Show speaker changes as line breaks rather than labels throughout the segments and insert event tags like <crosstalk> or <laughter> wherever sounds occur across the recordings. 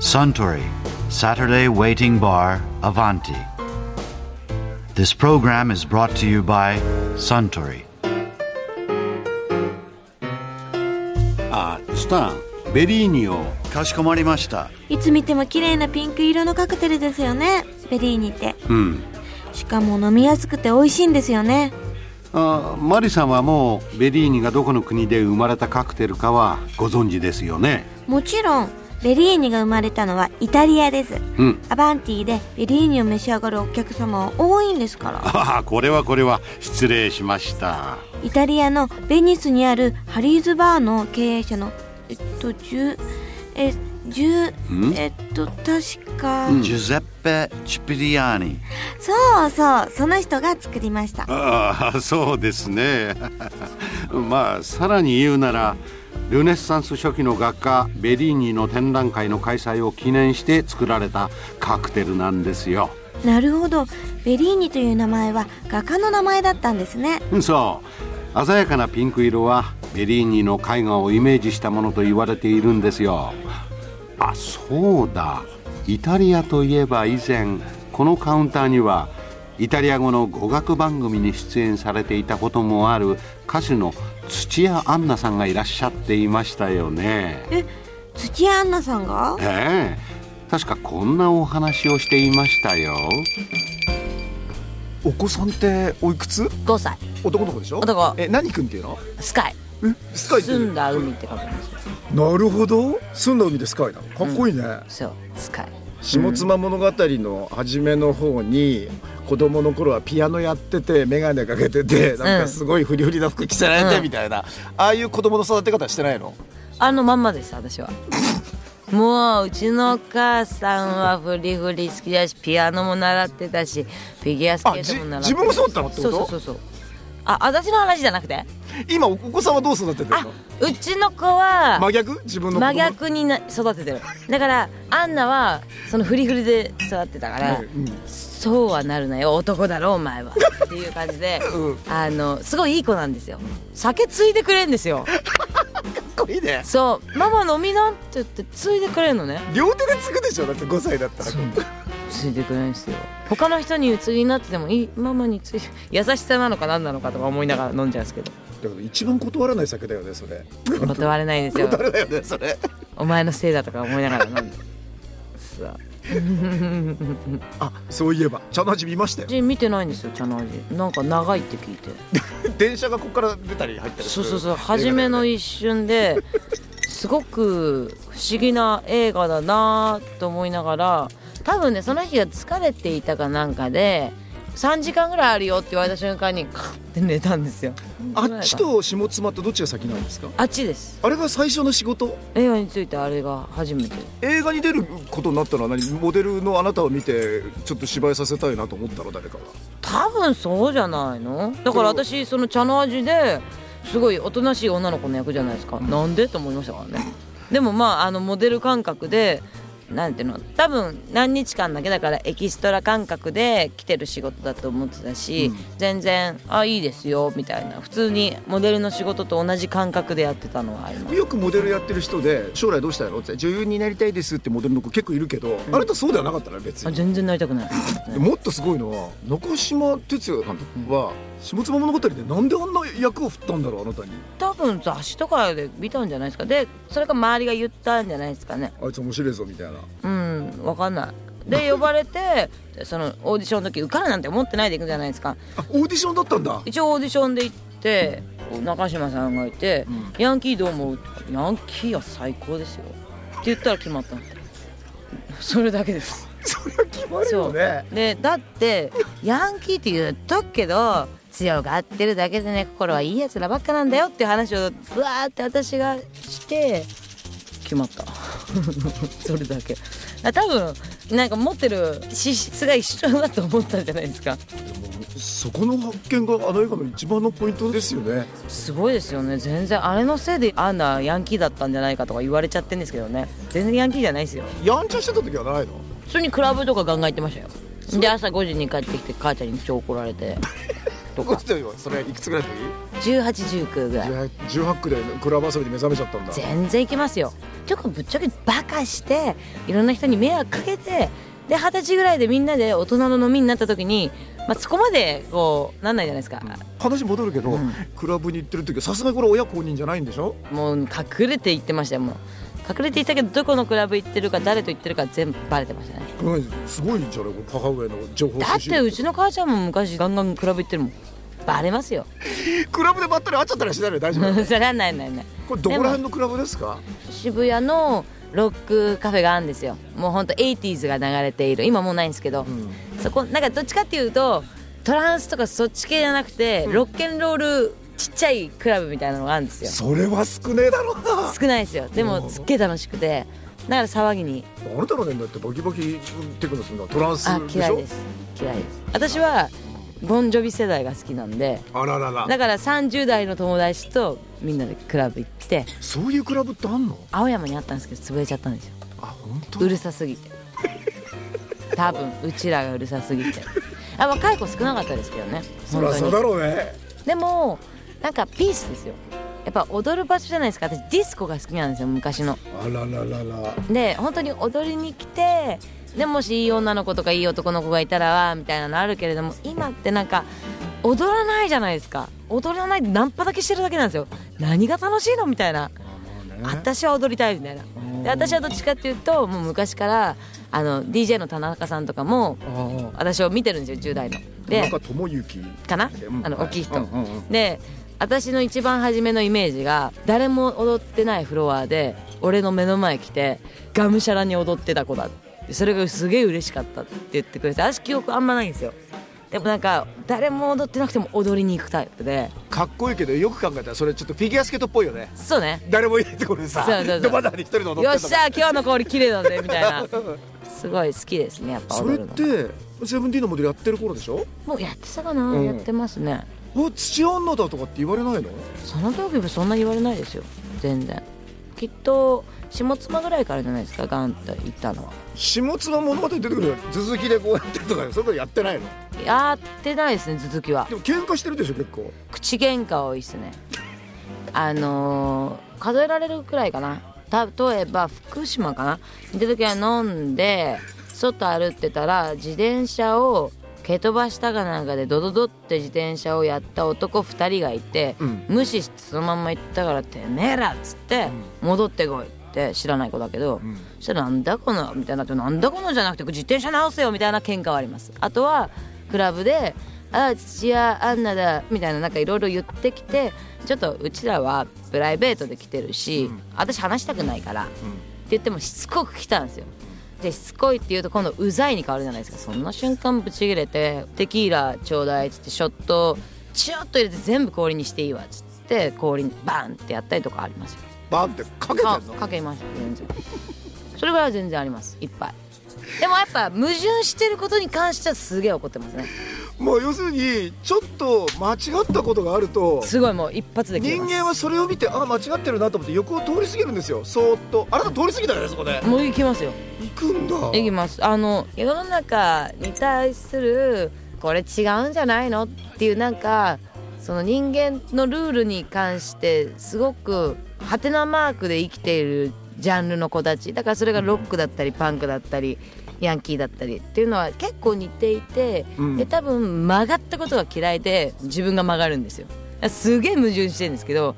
Suntory Saturday Waiting Bar Avanti. This program is brought to you by Suntory.
あスターベリーニを
かしこまりました。
いつ見ても綺麗なピンク色のカクテルですよねベリーニって
うん
しかも飲みやすくて美味しいんですよね
あマリさんはもうベリーニがどこの国で生まれたカクテルかはご存知ですよね <laughs>
もちろんベリーニが生まれたのはイタリアです
うん
アバンティでベリーニを召し上がるお客様は多いんですから
ああこれはこれは失礼しました
イタリアのベニスにあるハリーズバーの経営者のえっと10え10えっと確か、
Giuseppe Cipriani.
そうそうその人が作りました
ああそうですね <laughs> まあさらに言うならルネッサンス初期の画家ベリーニの展覧会の開催を記念して作られたカクテルなんですよ
なるほどベリーニという名前は画家の名前だったんですね
そう鮮やかなピンク色はベリーニの絵画をイメージしたものと言われているんですよあそうだイタリアといえば以前このカウンターにはイタリア語の語学番組に出演されていたこともある歌手の土屋アンナさんがいらっしゃっていましたよね
え土屋アンナさんが
ええ確かこんなお話をしていましたよ
お子さんっておいくつ
5歳
男の子でしょ
男
え何君っていうの
スカイ
えスカイって
澄
いうん
だ海って書くんですよ
なるほど住んだ海でスカイなのかっこいいね、
そうスカイ
下妻物語の初めの方に子供の頃はピアノやってて眼鏡かけててなんかすごいフリフリな服着せられてみたいな、ああいう子供の育て方してないの
あのまんまです
<laughs>
私はもううちのお母さんはフリフリ好きだしピアノも習ってたしフィギュアスケートも習
あ
ってたし
じ自分もそうだったのってこと
そうそうそうそうあ私の話じゃなくて
今お子さんはどう育ててる
あ
の
うちの子は
真逆自分の子供
真逆にな育ててるだからアンナはそのフリフリで育ってたから、
うん
そうはなるなよ男だろお前はっていう感じで、
うん
あのすごいいい子なんですよ酒ついでくれんですよ
かっこいいね
そうママ飲みなって言ってついでくれるのね
両手でつくでしょだって5歳だったら
ついでくれるんですよ他の人にうつになっててもいいママについ優しさなのか何なのかとか思いながら飲んじゃうんですけど
だから一番断らない酒だよねそ <laughs> れ
断れないですよ
断れないよねそれ
お前のせいだとか思いながら飲んでそう
あそういえば茶の味見ましたよ
私見てないんですよ茶の味なんか長いって聞いて
電車がここから出たり入ったりす
そう
る
そうそう初めの一瞬ですごく不思議な映画だなと思いながら多分ねその日が疲れていたかなんかで3時間ぐらいあるよって言われた瞬間にカッて寝たんですよ
あっちと下妻とどっちが先なんですか
あっちです
あれが最初の仕事
映画についてあれが初めて
映画に出ることになったのは何モデルのあなたを見てちょっと芝居させたいなと思ったの誰かが
多分そうじゃないのだから私その茶の味ですごいおとなしい女の子の役じゃないですか、なんでと思いましたからねでもまああのモデル感覚でなんていうの多分何日間だけだからエキストラ感覚で来てる仕事だと思ってたし、全然「あいいですよ」みたいな普通にモデルの仕事と同じ感覚でやってたのはあります
よくモデルやってる人で将来どうしたいのって女優になりたいですってモデルの子結構いるけど、あれとそうではなかったら別
あ
に
全然なりたくない
でもっとすごいのは中島哲也監督は下妻物語でなんであんな役を振ったんだろうあなたに
多分雑誌とかで見たんじゃないですかでそれか周りが言ったんじゃないですかね
あいつ面白いぞみたいな
うんわかんないで呼ばれてそのオーディションの時受かるなんて思ってないで行くじゃないですか
あオーディションだったんだ
一応オーディションで行って中島さんがいて「ヤンキーどう思う?」ヤンキーは最高ですよ」って言ったら決まったのそれだけです
それは決まるよね
でだってヤンキーって言っとくけど強がってるだけでね心はいいやつらばっかなんだよっていう話をぶわーって私がして決まった <laughs> それだけあ多分なんか持ってる資質が一緒だと思ったんじゃないですか
そこの発見があの映画の一番のポイントですよね
すごいですよね全然あれのせいであんなヤンキーだったんじゃないかとか言われちゃってんですけどね全然ヤンキーじゃないですよ
やんちゃしてた時はないの
普通にクラブとかガンガン行ってましたよで朝5時に帰ってきて母ちゃんに超怒られてと
どう
か
してよそれいくつぐらいの時
1819ぐらい
18くらいのクラブ遊びで目覚めちゃったんだ
全然いけますよちょっとぶっちゃけバカしていろんな人に迷惑かけてで二十歳ぐらいでみんなで大人の飲みになった時に、まあ、そこまでこうなんないじゃないですか、
話戻るけど、
ん
クラブに行ってる時はさすがにこれ親公認じゃないんでしょ
もう隠れて行ってましたよもう隠れていたけどどこのクラブ行ってるか誰と行ってるか全部バレてましたね
これ何すごいんじゃないこれ母上の情報
だっ
収集
てうちの母ちゃんも昔ガンガンクラブ行ってるもんバレますよ
クラブでばったり会っちゃったりしないの大丈
そ
夫
れはないないない
これどこら辺のクラブですか
渋谷のロックカフェがあるんですよもうほんと 80s が流れている今もうないんですけど、そこなんかどっちかっていうとトランスとかそっち系じゃなくて、ロッケンロールちっちゃいクラブみたいなのがあるんですよ
それは少ねえだろうな
少ないですよでもすっげえ楽しくてだから騒ぎに
あなたの年代ってバキバキテクノするのはトランス
あ
でしょ
嫌いです嫌いです私はボンジョビ世代が好きなんで
あららら
だから30代の友達とみんなでクラブ行って
そういうクラブってあんの
青山にあったんですけど潰れちゃったんですよ
あ本当
うるさすぎて多分うちらがうるさすぎてあ若い子少なかったですけどね
そ
本
りゃ
当
そう
に
だろうね
でもなんかピースですよやっぱ踊る場所じゃないですか私ディスコが好きなんですよ昔の
あらららら
で本当に踊りに来てでもしいい女の子とかいい男の子がいたらわーみたいなのあるけれども今ってなんか踊らないじゃないですか踊らないでナンパだけしてるだけなんですよ何が楽しいのみたいな私は踊りたいみたいなで私はどっちかっていうともう昔からあの DJ の田中さんとかも私を見てるんですよ10代の。
な
で
んか友之
かな
うん
あの
はい
大きい人、
うんうんうん
で私の一番初めのイメージが誰も踊ってないフロアで俺の目の前来てがむしゃらに踊ってた子だってそれがすげえ嬉しかったって言ってくれて私記憶あんまないんですよでもなんか誰も踊ってなくても踊りに行くタイプで
かっこいいけどよく考えたらそれちょっとフィギュアスケートっぽいよね
そうね
誰もいないところでさ
そうそうそう
ドバダに一人で踊ってん
よ
だ
っしゃ今日の氷綺麗だぜみたいな <laughs> すごい好きですねやっぱ
そ
踊
れっ
るの
てセブンティーンのモデルやってる頃でしょ
もうやってたかな、
ん
やってますね
お土女だとかって言われないの
その時はそんな言われないですよ全然きっと下妻ぐらいからじゃないですかガンと行ったのは
下妻物語に出てくる続きでこうやってとかそれからやってないの
やってないですね続きは
でも喧嘩してるでしょ結構
口喧嘩多いですねあのー数えられるくらいかなた例えば福島かな行った時は飲んで外歩ってたら自転車を蹴飛ばしたかなんかでドドドって自転車をやった男2人がいて、
ん
無視してそのまんま行ったから「てめえら」っつって「戻ってこい」って知らない子だけど、そしたら「なんだこの」みたいになって「なんだこの」じゃなくて「自転車直せよ」みたいな喧嘩はあります。あとはクラブであ土屋アンナだみたいななんかいろいろ言ってきてちょっとうちらはプライベートで来てるし、私話したくないから、って言ってもしつこく来たんですよでしつこいって言うと今度うざいに変わるじゃないですかそんな瞬間ぶち切れて「テキーラちょうだい」っつってショットチューッと入れて全部氷にしていいわっつって氷にバーンってやったりとかありますよ
バンってかけてん
あ
の
かけました全然それぐらいは全然ありますいっぱいでもやっぱ矛盾してることに関してはすげえ怒ってますね
もう要するにちょっと間違ったことがあると
すごいもう一発で切れ
人
ます
間はそれを見てあ間違ってるなと思って横を通り過ぎるんですよそーっとあなた通り過ぎたよねそこで
もう行きますよ
行くんだ
いきますあの世の中に対するこれ違うんじゃないのっていうなんかその人間のルールに関してすごくハテナマークで生きているジャンルの子たちだからそれがロックだったりパンクだったりヤンキーだったりっていうのは結構似ていて、で多分曲がったことが嫌いで自分が曲がるんですよ。すげえ矛盾してるんですけど、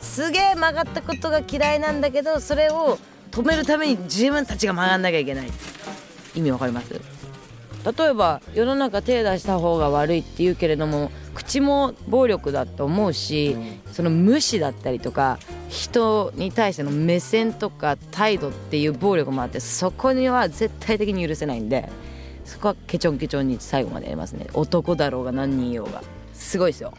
すげえ曲がったことが嫌いなんだけどそれを止めるために自分たちが曲がんなきゃいけない意味わかります例えば世の中手出した方が悪いって言うけれども口も暴力だと思うしその無視だったりとか人に対しての目線とか態度っていう暴力もあってそこには絶対的に許せないんでそこはケチョンケチョンに最後までやりますね男だろうが何人いようがすごいですよ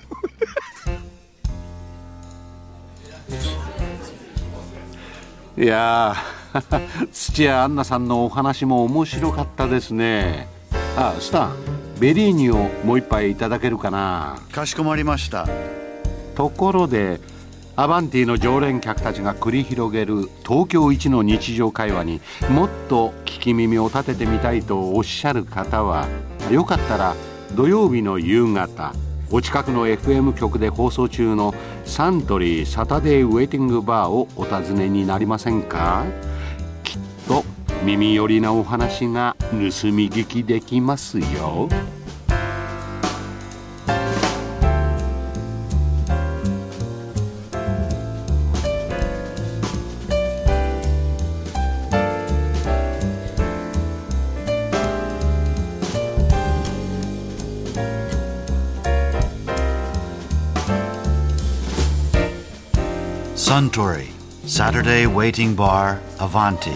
いやー <laughs> 土屋アンナさんのお話も面白かったですねあスタンベリーニをもう一杯いただけるかな
かしこまりました
ところでアバンティの常連客たちが繰り広げる東京一の日常会話にもっと聞き耳を立ててみたいとおっしゃる方はよかったら土曜日の夕方お近くの FM 局で放送中のサントリーサタデーウェイティングバーをお尋ねになりませんかきっと耳寄りなお話が盗み聞きできますよ。
Suntory, Saturday Waiting Bar, Avanti.